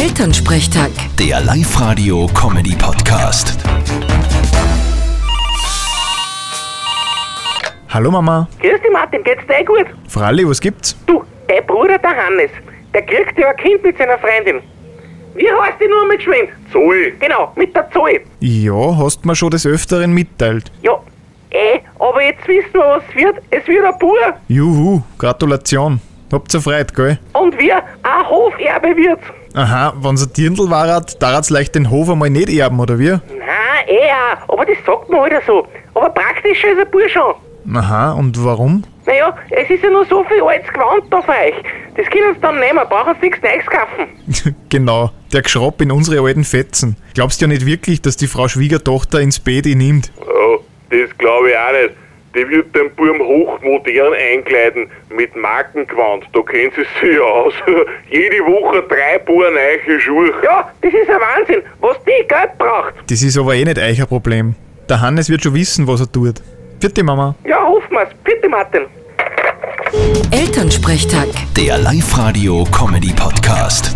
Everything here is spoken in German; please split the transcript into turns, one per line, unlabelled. Elternsprechtag.
Der Live-Radio-Comedy-Podcast.
Hallo Mama.
Grüß dich Martin, geht's dir eh gut?
Fralli, was gibt's?
Du, dein Bruder, der Hannes, der kriegt ja ein Kind mit seiner Freundin. Wie heißt die nur mit geschwind? Zoe. Genau, mit der Zoe.
Ja, hast mir schon des Öfteren mitteilt.
Ja, eh, aber jetzt wissen wir, was wird. Es wird ein Bub
Juhu, Gratulation. Habt's erfreut, gell?
und wir ein Hoferbe wird.
Aha, wenn's ein Dirndl warat, darat's leicht den Hof einmal nicht erben, oder wie?
Nein, eh auch, aber das sagt man halt auch so. Aber praktisch ist ein Bub schon.
Aha, und warum?
Naja, es ist ja nur so viel altes Gewand da für euch. Das können sie dann nehmen, brauchen sie nichts Neues kaufen.
genau, der Geschraub in unsere alten Fetzen. Glaubst ja nicht wirklich, dass die Frau Schwiegertochter ins Bett ihn nimmt.
Ja, das glaube ich auch nicht. Die wird den Burm hochmodern einkleiden mit Markengewand. Da kennt sie sich ja aus. Jede Woche drei Paar neue Schuhe.
Ja, das ist ein Wahnsinn, was die Geld braucht.
Das ist aber eh nicht euch ein Problem. Der Hannes wird schon wissen, was er tut. Vierte Mama.
Ja, hoffen wir's. Bitte Martin.
Elternsprechtag.
Der Live-Radio-Comedy-Podcast.